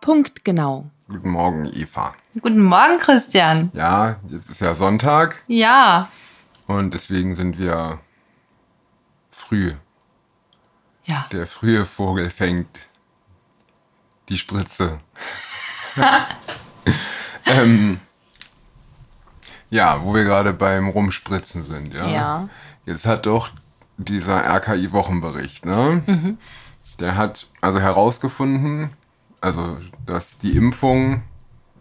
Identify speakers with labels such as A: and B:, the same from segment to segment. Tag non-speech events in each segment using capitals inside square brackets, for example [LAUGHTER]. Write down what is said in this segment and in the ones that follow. A: Punktgenau.
B: Guten Morgen, Eva.
A: Guten Morgen, Christian.
B: Ja, jetzt ist ja Sonntag
A: Ja.
B: und deswegen sind wir früh.
A: Ja.
B: Der frühe Vogel fängt die Spritze. ähm, ja, wo wir gerade beim Rumspritzen sind. Ja.
A: Ja.
B: Jetzt hat doch dieser RKI-Wochenbericht, ne?
A: Mhm.
B: Der hat also herausgefunden, also dass die Impfung,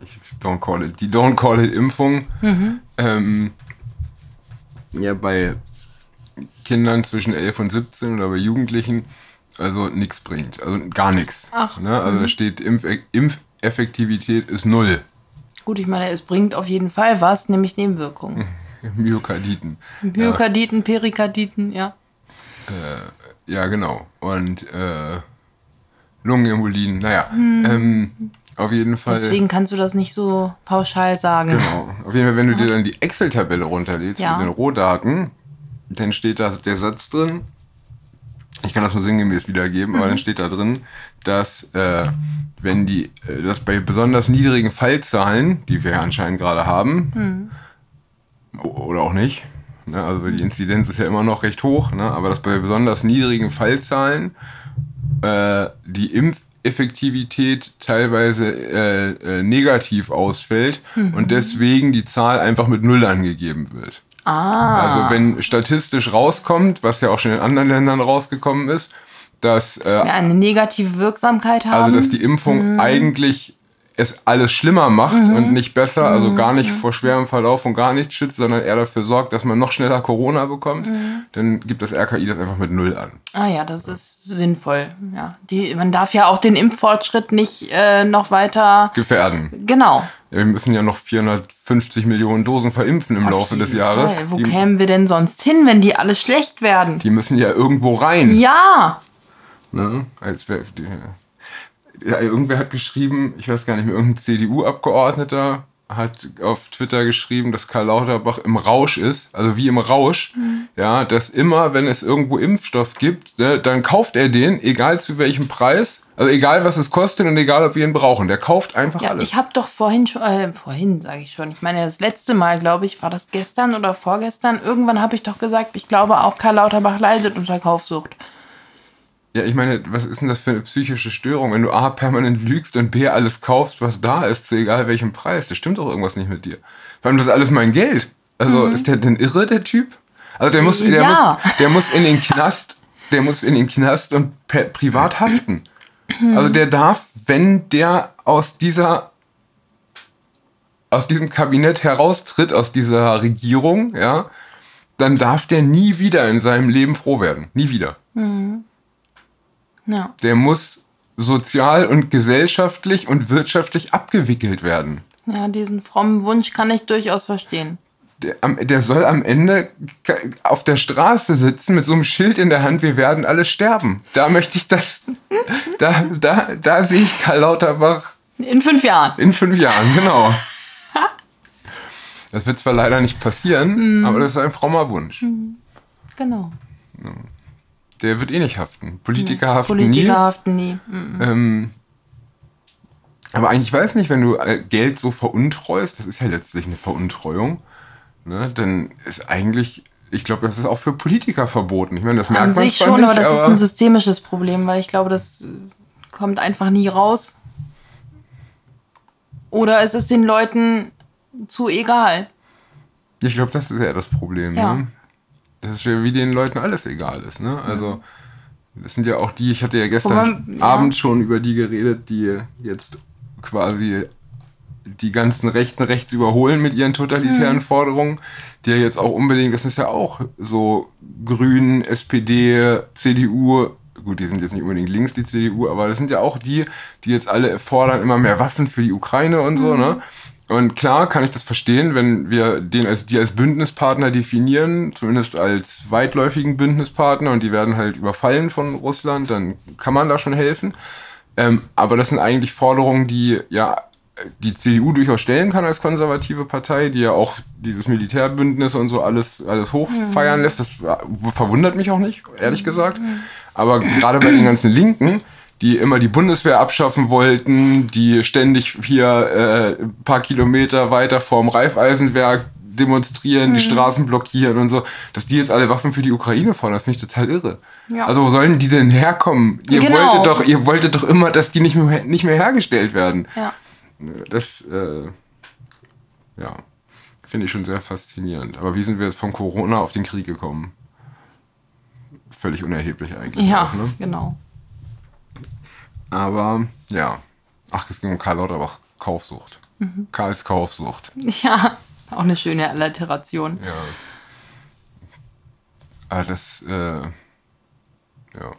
B: ich don't call it, die don't call it Impfung,
A: Mhm.
B: ähm, ja bei Kindern zwischen 11 und 17 oder bei Jugendlichen also nichts bringt. Also gar nichts.
A: Ach, mhm.
B: Ne? Also da steht, Impfe Impfeffektivität ist null.
A: Gut, ich meine, es bringt auf jeden Fall was, nämlich
B: Mhm,
A: Nebenwirkungen.
B: Myokarditen.
A: Myokarditen, Perikarditen, ja.
B: Ja, genau. Und äh, Lungenembolien, naja. Ähm, auf jeden Fall.
A: Hm. Deswegen kannst du das nicht so pauschal sagen.
B: Genau. Auf jeden Fall, wenn du dir dann die Excel-Tabelle runterlädst
A: Ja.
B: mit den Rohdaten, dann steht da der Satz drin. Ich kann das nur sinngemäß wiedergeben, aber
A: Mhm.
B: dann steht da drin, dass äh, wenn die, äh, dass bei besonders niedrigen Fallzahlen, die wir ja anscheinend gerade haben,
A: Mhm.
B: o- oder auch nicht, ne, also die Inzidenz ist ja immer noch recht hoch, ne, aber dass bei besonders niedrigen Fallzahlen äh, die Impfeffektivität teilweise äh, äh, negativ ausfällt und deswegen die Zahl einfach mit Null angegeben wird.
A: Ah,
B: Also wenn statistisch rauskommt, was ja auch schon in anderen Ländern rausgekommen ist, dass,
A: dass
B: äh,
A: wir eine negative Wirksamkeit haben.
B: also dass die Impfung eigentlich es alles schlimmer macht und nicht besser, also gar nicht vor schwerem Verlauf und gar nicht schützt, sondern eher dafür sorgt, dass man noch schneller Corona bekommt, dann gibt das RKI das einfach mit Null an.
A: ah ja, das ist sinnvoll. Ja, die, man darf ja auch den Impffortschritt nicht äh, noch weiter.
B: Gefährden.
A: Genau.
B: Ja, wir müssen ja noch 450 Millionen Dosen verimpfen im Laufe des Jahres.
A: Wo
B: Die,
A: kämen wir denn sonst hin, wenn die alle schlecht werden?
B: die müssen ja irgendwo rein.
A: Ja.
B: Ne? Als wär, die, ja, irgendwer hat geschrieben, ich weiß gar nicht mehr, irgendein CDU-Abgeordneter hat auf Twitter geschrieben, dass Karl Lauterbach im Rausch ist, also wie im Rausch,
A: Mhm.
B: ja, dass immer, wenn es irgendwo Impfstoff gibt, ne, dann kauft er den, egal zu welchem Preis, also egal was es kostet und egal ob wir ihn brauchen, der kauft einfach
A: Ja,
B: alles.
A: ich habe doch vorhin schon, äh, vorhin sage ich schon, ich meine, das letzte Mal, glaube ich, war das gestern oder vorgestern, irgendwann habe ich doch gesagt, ich glaube auch Karl Lauterbach leidet unter Kaufsucht.
B: Ja, ich meine, was ist denn das für eine psychische Störung, wenn du A permanent lügst und B alles kaufst, was da ist, zu egal welchem Preis? Da stimmt doch irgendwas nicht mit dir. Vor allem, das ist alles mein Geld. Also, ist der denn irre, der Typ? Also, der muss, der
A: Ja.
B: muss, der muss in den Knast, der muss in den Knast und per, privat haften. Also, der darf, wenn der aus dieser aus diesem Kabinett heraustritt, aus dieser Regierung, ja, dann darf der nie wieder in seinem Leben froh werden. Nie wieder
A: Ja,
B: der muss sozial und gesellschaftlich und wirtschaftlich abgewickelt werden.
A: ja, diesen frommen Wunsch kann ich durchaus verstehen.
B: Der, am, der soll am Ende ka- auf der Straße sitzen mit so einem Schild in der Hand, wir werden alle sterben. Da möchte ich das, da, da, da sehe ich Karl Lauterbach
A: In fünf Jahren.
B: in fünf Jahren, genau. Das wird zwar leider nicht passieren, aber das ist ein frommer Wunsch.
A: Genau.
B: Der wird eh nicht haften. Politiker haften
A: Politiker
B: nie.
A: haften nie. Mm, mm.
B: Ähm, aber eigentlich weiß nicht, wenn du äh, Geld so veruntreust, das ist ja letztlich eine Veruntreuung, ne, dann ist eigentlich, ich glaube, das ist auch für Politiker verboten. Ich meine, das
A: An
B: merkt man
A: sich
B: zwar
A: schon,
B: nicht,
A: aber das ist ein systemisches Problem, weil ich glaube, das äh, kommt einfach nie raus. Oder es ist den Leuten zu egal.
B: ich glaube, das ist ja das Problem.
A: Ja.
B: Ne? Das ist ja, wie den Leuten alles egal ist. Ne? Also, das sind ja auch die, ich hatte ja gestern
A: Wobei, ja.
B: Abend schon über die geredet, die jetzt quasi die ganzen Rechten rechts überholen mit ihren totalitären Forderungen, die ja jetzt auch unbedingt, das ist ja auch so Grünen, SPD, CDU, gut, die sind jetzt nicht unbedingt links, die CDU, aber das sind ja auch die, die jetzt alle fordern immer mehr Waffen für die Ukraine und so, ne? Und klar kann ich das verstehen, wenn wir den als, die als Bündnispartner definieren, zumindest als weitläufigen Bündnispartner und die werden halt überfallen von Russland, dann kann man da schon helfen. Ähm, aber das sind eigentlich Forderungen, die ja die CDU durchaus stellen kann als konservative Partei, die ja auch dieses Militärbündnis und so alles, alles
A: Mhm.
B: hochfeiern äh, lässt. Das war- verwundert mich auch nicht, ehrlich gesagt. Aber gerade bei den ganzen Linken, die immer die Bundeswehr abschaffen wollten, die ständig hier äh, ein paar Kilometer weiter vorm Raiffeisenwerk demonstrieren,
A: Mhm.
B: die Straßen blockieren und so, dass die jetzt alle Waffen für die Ukraine fordern, das finde ich total irre.
A: Ja.
B: Also wo sollen die denn herkommen? Ihr,
A: Genau.
B: wolltet, doch, ihr wolltet doch immer, dass die nicht mehr, nicht mehr hergestellt werden.
A: Ja.
B: Das, äh, ja, finde ich schon sehr faszinierend. Aber wie sind wir jetzt von Corona auf den Krieg gekommen? Völlig unerheblich eigentlich.
A: Ja,
B: auch, ne?
A: genau.
B: Aber ja. Ach, es ging um Karl Lauterbach. Kaufsucht.
A: Mhm.
B: Karls Kaufsucht.
A: [LAUGHS] Ja, auch eine schöne Alliteration.
B: Ja. Aber das, äh, ja,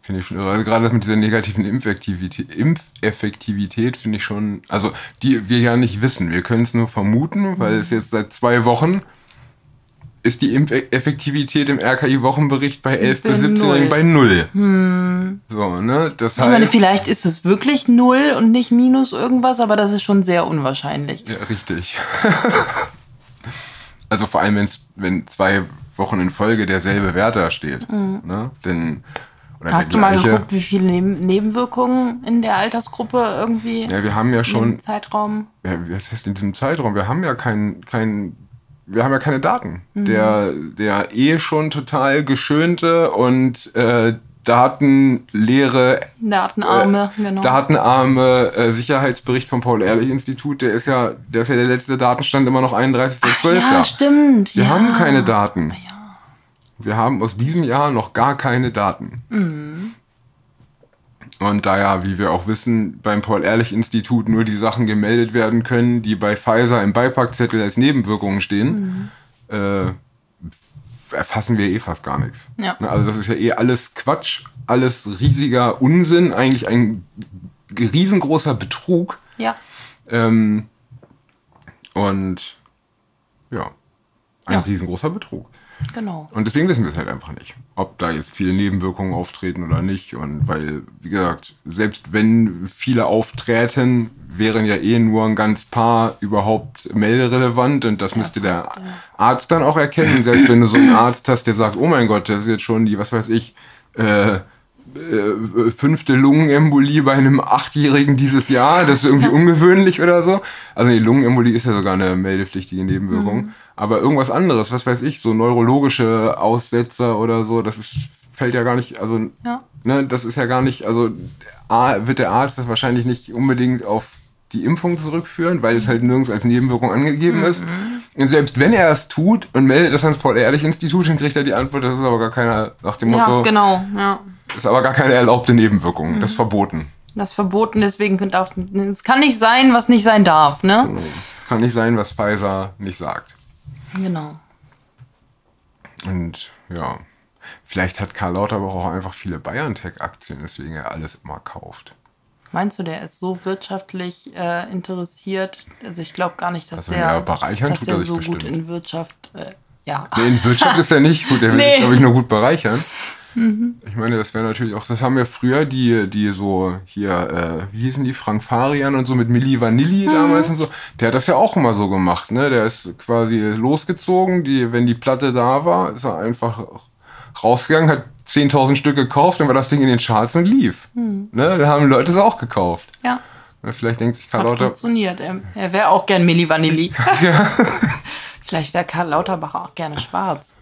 B: finde ich schon irre. Also gerade das mit dieser negativen Impfaktivität, Impfeffektivität finde ich schon, also die wir ja nicht wissen. Wir können es nur vermuten, weil es jetzt seit zwei Wochen ist die Impfeffektivität im RKI-Wochenbericht bei 11
A: Bei
B: bis 17
A: null.
B: bei 0. So, ne? Das
A: Ich meine,
B: heißt,
A: vielleicht ist es wirklich null und nicht minus irgendwas, aber das ist schon sehr unwahrscheinlich.
B: Ja, richtig. [LAUGHS] also vor allem, wenn's, wenn zwei Wochen in Folge derselbe Wert da steht. Ne? Denn, oder
A: Mhm. Hast
B: der
A: du mal
B: gleiche-
A: geguckt, wie viele Neben Nebenwirkungen in der Altersgruppe irgendwie
B: Ja, wir haben ja
A: im
B: schon,
A: Zeitraum?
B: ja, was heißt in diesem Zeitraum, wir haben ja kein, kein, wir haben ja keine Daten.
A: Mhm.
B: Der, der eh schon total geschönte und äh, datenleere
A: Datenarme,
B: äh,
A: genau.
B: Datenarme äh, Sicherheitsbericht vom Paul-Ehrlich-Institut, der ist ja, der ist ja der letzte Datenstand immer noch 31.12.
A: ja, stimmt.
B: Wir
A: ja. Ah,
B: haben keine Daten. Wir haben aus diesem Jahr noch gar keine Daten.
A: Mhm.
B: Und da ja, wie wir auch wissen, beim Paul-Ehrlich-Institut nur die Sachen gemeldet werden können, die bei Pfizer im Beipackzettel als Nebenwirkungen stehen,
A: Mhm.
B: äh, erfassen wir eh fast gar nichts.
A: Ja.
B: Ne, Also das ist ja eh alles Quatsch, alles riesiger Unsinn, eigentlich ein riesengroßer Betrug.
A: Ja,
B: Ähm, und ja, ein
A: Ja.
B: riesengroßer Betrug.
A: genau.
B: Und deswegen wissen wir es halt einfach nicht, ob da jetzt viele Nebenwirkungen auftreten oder nicht. Und weil, wie gesagt, selbst wenn viele auftreten, wären ja eh nur ein ganz paar überhaupt melderelevant. Und das müsste der
A: fast, ja.
B: Arzt dann auch erkennen. Selbst wenn du so einen Arzt hast, der sagt, oh mein Gott, das ist jetzt schon die, was weiß ich, äh, äh, fünfte Lungenembolie bei einem Achtjährigen dieses Jahr. Das ist irgendwie ungewöhnlich oder so. Also die Lungenembolie ist ja sogar eine meldepflichtige Nebenwirkung.
A: Mhm.
B: Aber irgendwas anderes, was weiß ich, so neurologische Aussetzer oder so, das ist, fällt ja gar nicht, also
A: Ja.
B: ne, das ist ja gar nicht, also A, wird der Arzt das wahrscheinlich nicht unbedingt auf die Impfung zurückführen, weil es halt nirgends als Nebenwirkung angegeben ist.
A: Mhm.
B: Und selbst wenn er es tut und meldet das ans Paul-Ehrlich-Institut, dann kriegt er die Antwort, das ist aber gar keiner nach dem Motto,
A: Ja, genau. Ja.
B: das ist aber gar keine erlaubte Nebenwirkung. Das ist verboten.
A: Das ist verboten, deswegen könnt darf, es kann nicht sein, was nicht sein darf, ne?
B: Es kann nicht sein, was Pfizer nicht sagt.
A: Genau.
B: Und ja, vielleicht hat Karl Lauterbach auch einfach viele BayernTech-Aktien, deswegen er alles immer kauft.
A: Meinst du, der ist so wirtschaftlich äh, interessiert? Also ich glaube gar nicht, dass
B: Also wenn
A: der,
B: er bereichern
A: dass
B: tut er
A: der
B: sich
A: so gut
B: bestimmt.
A: in Wirtschaft, äh, ja.
B: Nee,
A: [LAUGHS]
B: in Wirtschaft ist er nicht gut, er will
A: Nee. Mhm.
B: sich, glaube ich, nur gut bereichern. Ich meine, das wäre natürlich auch, das haben wir früher, die, die so hier, äh, wie hießen die, Frank Farian und so mit Milli Vanilli
A: Mhm.
B: damals und so, der hat das ja auch immer so gemacht, ne? Der ist quasi losgezogen, die, wenn die Platte da war, ist er einfach rausgegangen, hat 10.000 Stück gekauft, dann war das Ding in den Charts und lief.
A: Mhm.
B: Ne? Da haben Leute es auch gekauft.
A: Ja,
B: Ne, Vielleicht denkt sich Karl
A: hat
B: Lauter,
A: funktioniert. Er, er wäre auch gern Milli
B: [LAUGHS]
A: Vanilli. [LAUGHS] Vielleicht wäre Karl Lauterbach auch gerne schwarz.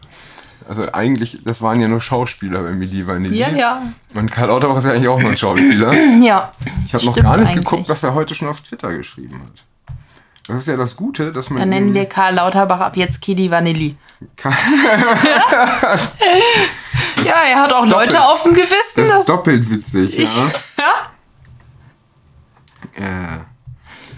B: also eigentlich, das waren ja nur Schauspieler bei Milli Vanilli.
A: Ja, ja.
B: Und Karl Lauterbach ist ja eigentlich auch nur ein Schauspieler.
A: Ja.
B: Ich habe noch
A: Stimmt
B: gar nicht
A: eigentlich.
B: geguckt, was er heute schon auf Twitter geschrieben hat. Das ist ja das Gute, dass man.
A: Dann nennen
B: ihm-
A: wir Karl Lauterbach ab jetzt Kili Vanilli. [LAUGHS] Ja, er hat auch Leute auf dem Gewissen.
B: Das,
A: Das
B: ist doppelt witzig, ja. äh.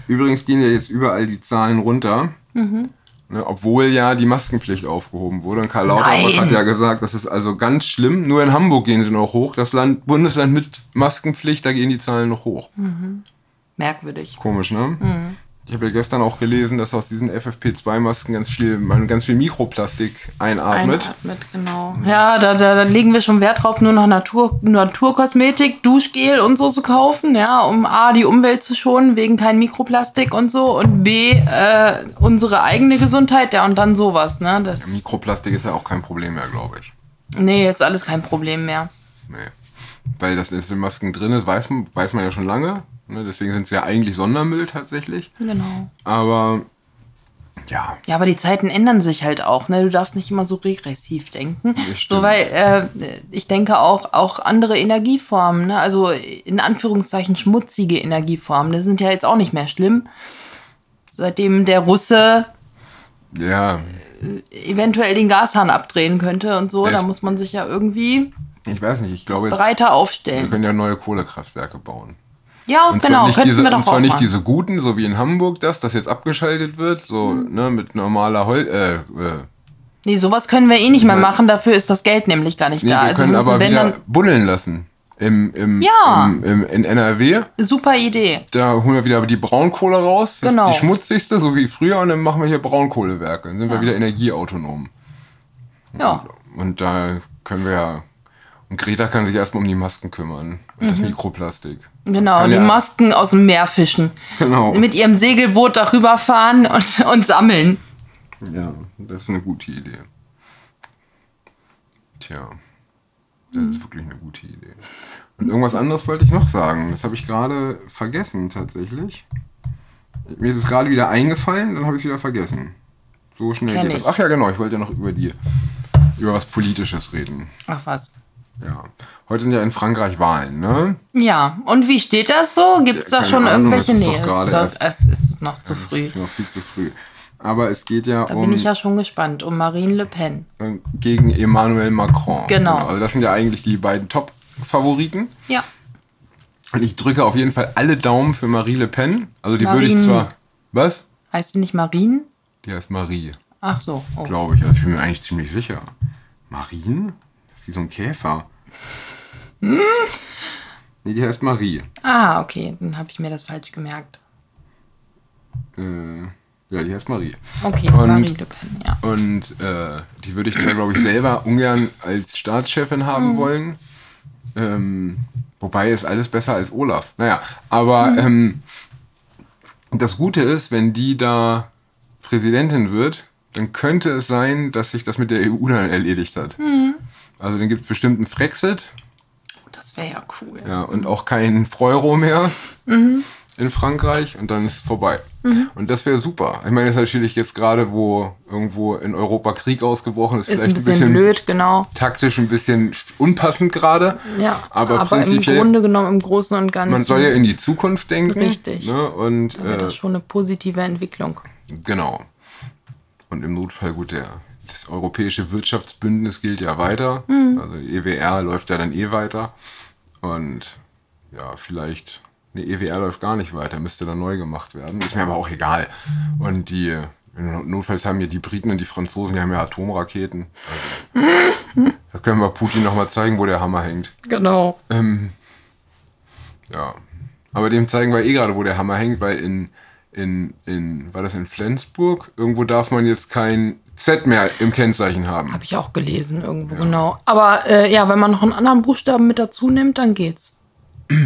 B: Übrigens gehen ja jetzt überall die Zahlen runter.
A: Mhm.
B: Ne, obwohl ja die Maskenpflicht aufgehoben wurde. Und Karl Lauterbach
A: Nein.
B: hat ja gesagt, das ist also ganz schlimm. Nur in Hamburg gehen sie noch hoch. Das Land, Bundesland mit Maskenpflicht, da gehen die Zahlen noch hoch.
A: [LAUGHS] merkwürdig.
B: Komisch, ne?
A: Mhm.
B: Ich habe ja gestern auch gelesen, dass aus diesen FFP2-Masken ganz viel, man ganz viel Mikroplastik einatmet.
A: Einatmet, genau. Ja, da, da, da legen wir schon Wert drauf, nur noch Natur, Naturkosmetik, Duschgel und so zu kaufen, ja, um A, die Umwelt zu schonen, wegen kein Mikroplastik und so, und B, äh, unsere eigene Gesundheit, ja, und dann sowas, ne? Das,
B: Mikroplastik ist ja auch kein Problem mehr, glaube ich.
A: nee, ist alles kein Problem mehr.
B: Nee. weil das in den Masken drin ist, weiß, man- weiß man ja schon lange. Ne? Deswegen sind es ja eigentlich Sondermüll tatsächlich.
A: Genau.
B: Aber ja,
A: Ja, aber die Zeiten ändern sich halt auch. Ne? Du darfst nicht immer so regressiv denken.
B: Das stimmt.
A: So, weil äh, ich denke auch, auch andere Energieformen, ne? also in Anführungszeichen schmutzige Energieformen, das sind ja jetzt auch nicht mehr schlimm. Seitdem der Russe
B: ja,
A: eventuell den Gashahn abdrehen könnte und so,
B: Ja,
A: da
B: es-
A: muss man sich ja irgendwie
B: ich weiß nicht. Ich glaube, jetzt,
A: breiter
B: wir
A: aufstellen.
B: können ja neue Kohlekraftwerke bauen.
A: Ja,
B: Und zwar
A: genau,
B: nicht
A: könnten
B: diese,
A: wir
B: und
A: doch
B: zwar
A: auch
B: nicht
A: machen.
B: diese guten, so wie in Hamburg das, das jetzt abgeschaltet wird, so
A: Mhm.
B: ne, mit normaler Hol äh, äh,
A: Nee, sowas können wir eh nicht mehr
B: Nein.
A: machen, dafür ist das Geld nämlich gar nicht
B: nee,
A: da.
B: wir
A: Also wir
B: können
A: müssen,
B: aber
A: wenn
B: wieder
A: dann,
B: buddeln lassen. Im, im,
A: Ja.
B: im, im, in NRW,
A: super Idee.
B: da holen wir wieder aber die Braunkohle raus, das
A: Genau.
B: ist die schmutzigste, so wie früher, und dann machen wir hier Braunkohlewerke, dann sind wir wieder energieautonom.
A: Ja,
B: Und da können wir ja, und Greta kann sich erstmal um die Masken kümmern und
A: Mhm.
B: das Mikroplastik.
A: genau,
B: Kann
A: die
B: ja-
A: Masken aus dem Meer fischen.
B: Genau.
A: mit ihrem Segelboot darüber fahren und, und sammeln.
B: Ja, das ist eine gute Idee. Tja, das
A: Mhm.
B: ist wirklich eine gute Idee. Und irgendwas anderes wollte ich noch sagen. Das habe ich gerade vergessen, tatsächlich. Mir ist es gerade wieder eingefallen, dann habe ich es wieder vergessen. So schnell
A: Kenn
B: geht das.
A: ich.
B: Ach ja, genau, ich wollte ja noch über die, über was Politisches reden.
A: Ach was.
B: Ja. Heute sind ja in Frankreich Wahlen, ne?
A: Ja, und wie steht das so? Gibt es
B: Ja,
A: da
B: keine
A: schon
B: Ahnung,
A: irgendwelche?
B: es ist Also, doch
A: Nee, es
B: gerade
A: ist, doch-
B: erst-
A: es ist noch zu früh.
B: Ist noch viel zu früh. Aber es geht ja
A: Da
B: um. äh,
A: bin ich ja schon gespannt. Um Marine Le Pen.
B: gegen Emmanuel Macron.
A: Genau.
B: Also das sind ja eigentlich die beiden Top-Favoriten.
A: Ja.
B: Und ich drücke auf jeden Fall alle Daumen für Marie Le Pen. Also die würde ich
A: Marine.
B: zwar. Was?
A: Heißt sie nicht Marine?
B: Die heißt Marie,
A: Ach so. Oh.
B: glaube ich. Also ich bin mir eigentlich ziemlich sicher. Marien? Wie so ein Käfer.
A: Hm?
B: Nee, die heißt Marie.
A: Ah, okay. Dann habe ich mir das falsch gemerkt.
B: Äh, ja, die heißt Marie.
A: Okay,
B: Und-
A: Marine Le Pen, ja.
B: Und äh, die würde ich zwar, glaube ich, selber ungern als Staatschefin haben wollen. Ähm, wobei ist alles besser als Olaf. Naja, aber ähm, das Gute ist, wenn die da Präsidentin wird, dann könnte es sein, dass sich das mit der EU dann erledigt hat. Also dann gibt es bestimmt einen Frexit
A: Das wäre ja cool.
B: ja, und auch kein Freuro mehr
A: Mhm.
B: in Frankreich und dann ist es vorbei. Und das wäre super. Ich meine, das ist natürlich jetzt gerade, wo irgendwo in Europa Krieg ausgebrochen ist,
A: Ist ein
B: vielleicht
A: bisschen, blöd, genau.
B: taktisch ein bisschen unpassend gerade.
A: Ja,
B: aber,
A: im
B: prinzipiell,
A: Grunde genommen, im Großen und Ganzen
B: man soll ja in die Zukunft denken.
A: Richtig.
B: Ne? Und
A: wäre
B: äh,
A: das schon eine positive Entwicklung.
B: genau. Und im Notfall, gut, der, das europäische Wirtschaftsbündnis gilt ja weiter. Also EWR läuft ja dann eh weiter. Und ja, vielleicht. Nee, EWR läuft gar nicht weiter, müsste dann neu gemacht werden. Ist mir aber auch egal. Und die, notfalls haben ja die Briten und die Franzosen, die haben ja Atomraketen. Also, da können wir Putin nochmal zeigen, wo der Hammer hängt.
A: Genau.
B: Ja. Aber dem zeigen wir eh gerade, wo der Hammer hängt, weil in, in, in, war das in Flensburg? Irgendwo darf man jetzt kein Z mehr im Kennzeichen haben.
A: Habe ich auch gelesen irgendwo, genau. Aber äh, ja, wenn man noch einen anderen Buchstaben mit dazu nimmt, dann geht's. [LAUGHS]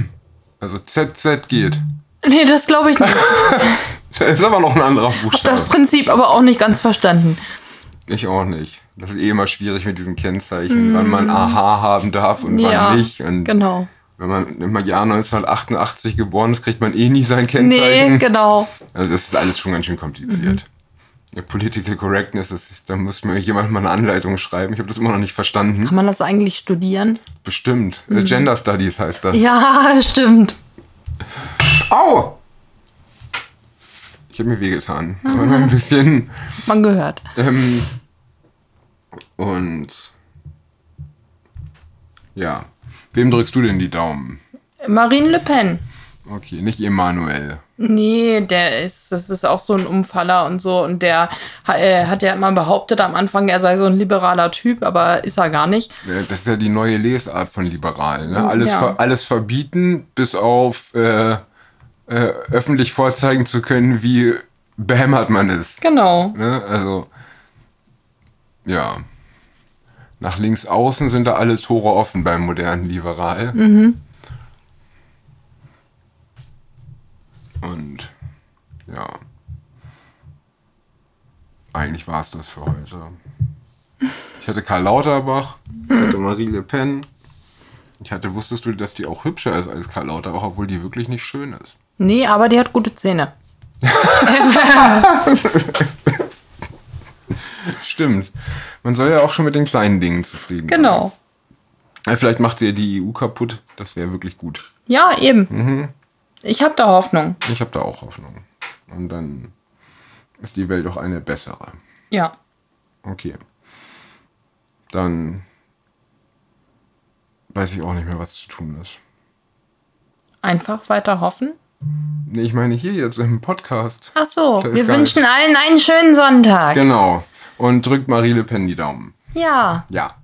B: Also ZZ geht.
A: Nee, das glaube ich nicht.
B: [LAUGHS] Das ist aber noch ein anderer
A: Das
B: Buchstabe.
A: Prinzip aber auch nicht ganz verstanden.
B: [LAUGHS] Ich auch nicht. Das ist eh immer schwierig mit diesen Kennzeichen, wann man AH haben darf und
A: ja,
B: wann nicht. Und
A: genau.
B: wenn man im Jahr 1988 geboren ist, kriegt man eh nie sein Kennzeichen.
A: Nee, genau.
B: Also das ist alles schon ganz schön kompliziert. Ja, Political Correctness, das ist, da muss mir jemand mal eine Anleitung schreiben. Ich habe das immer noch nicht verstanden.
A: Kann man das eigentlich studieren?
B: Bestimmt. Äh, Gender Studies heißt das.
A: Ja, [LAUGHS] stimmt.
B: Au! Ich habe mir wehgetan. Aber nur ein bisschen.
A: Man gehört.
B: Ähm, und ja. Wem drückst du denn die Daumen?
A: Marine Le Pen.
B: Okay, nicht Emanuel.
A: Nee, der ist, das ist auch so ein Umfaller und so. Und der ha- äh, hat ja immer behauptet am Anfang, er sei so ein liberaler Typ, aber ist er gar nicht.
B: Äh, Das ist ja die neue Lesart von Liberalen. Ne? Alles,
A: Ja.
B: ver alles verbieten, bis auf äh, äh, öffentlich vorzeigen zu können, wie behämmert man ist.
A: Genau.
B: Ne? Also, ja. Nach links außen sind da alle Tore offen beim modernen Liberal. Und ja. Eigentlich war es das für [LAUGHS] heute. Ich hatte Karl Lauterbach, ich hatte Marie Le Pen, Ich hatte, wusstest du, dass die auch hübscher ist als Karl Lauterbach, obwohl die wirklich nicht schön ist.
A: Nee, aber die hat gute Zähne.
B: Stimmt. Man soll ja auch schon mit den kleinen Dingen zufrieden sein.
A: Genau.
B: Ja, Vielleicht macht sie ja die EU kaputt. Das wäre wirklich gut.
A: Ja, eben.
B: Mhm.
A: Ich habe da Hoffnung.
B: Ich habe da auch Hoffnung. Und dann ist die Welt auch eine bessere.
A: Ja.
B: Okay. Dann weiß ich auch nicht mehr, was zu tun ist.
A: Einfach weiter hoffen.
B: Nee, ich meine hier jetzt im Podcast.
A: Ach so,
B: Da ist
A: wir
B: gar
A: wünschen allen einen schönen Sonntag.
B: Genau. Und drückt Marie Le Pen die Daumen.
A: Ja.
B: Ja.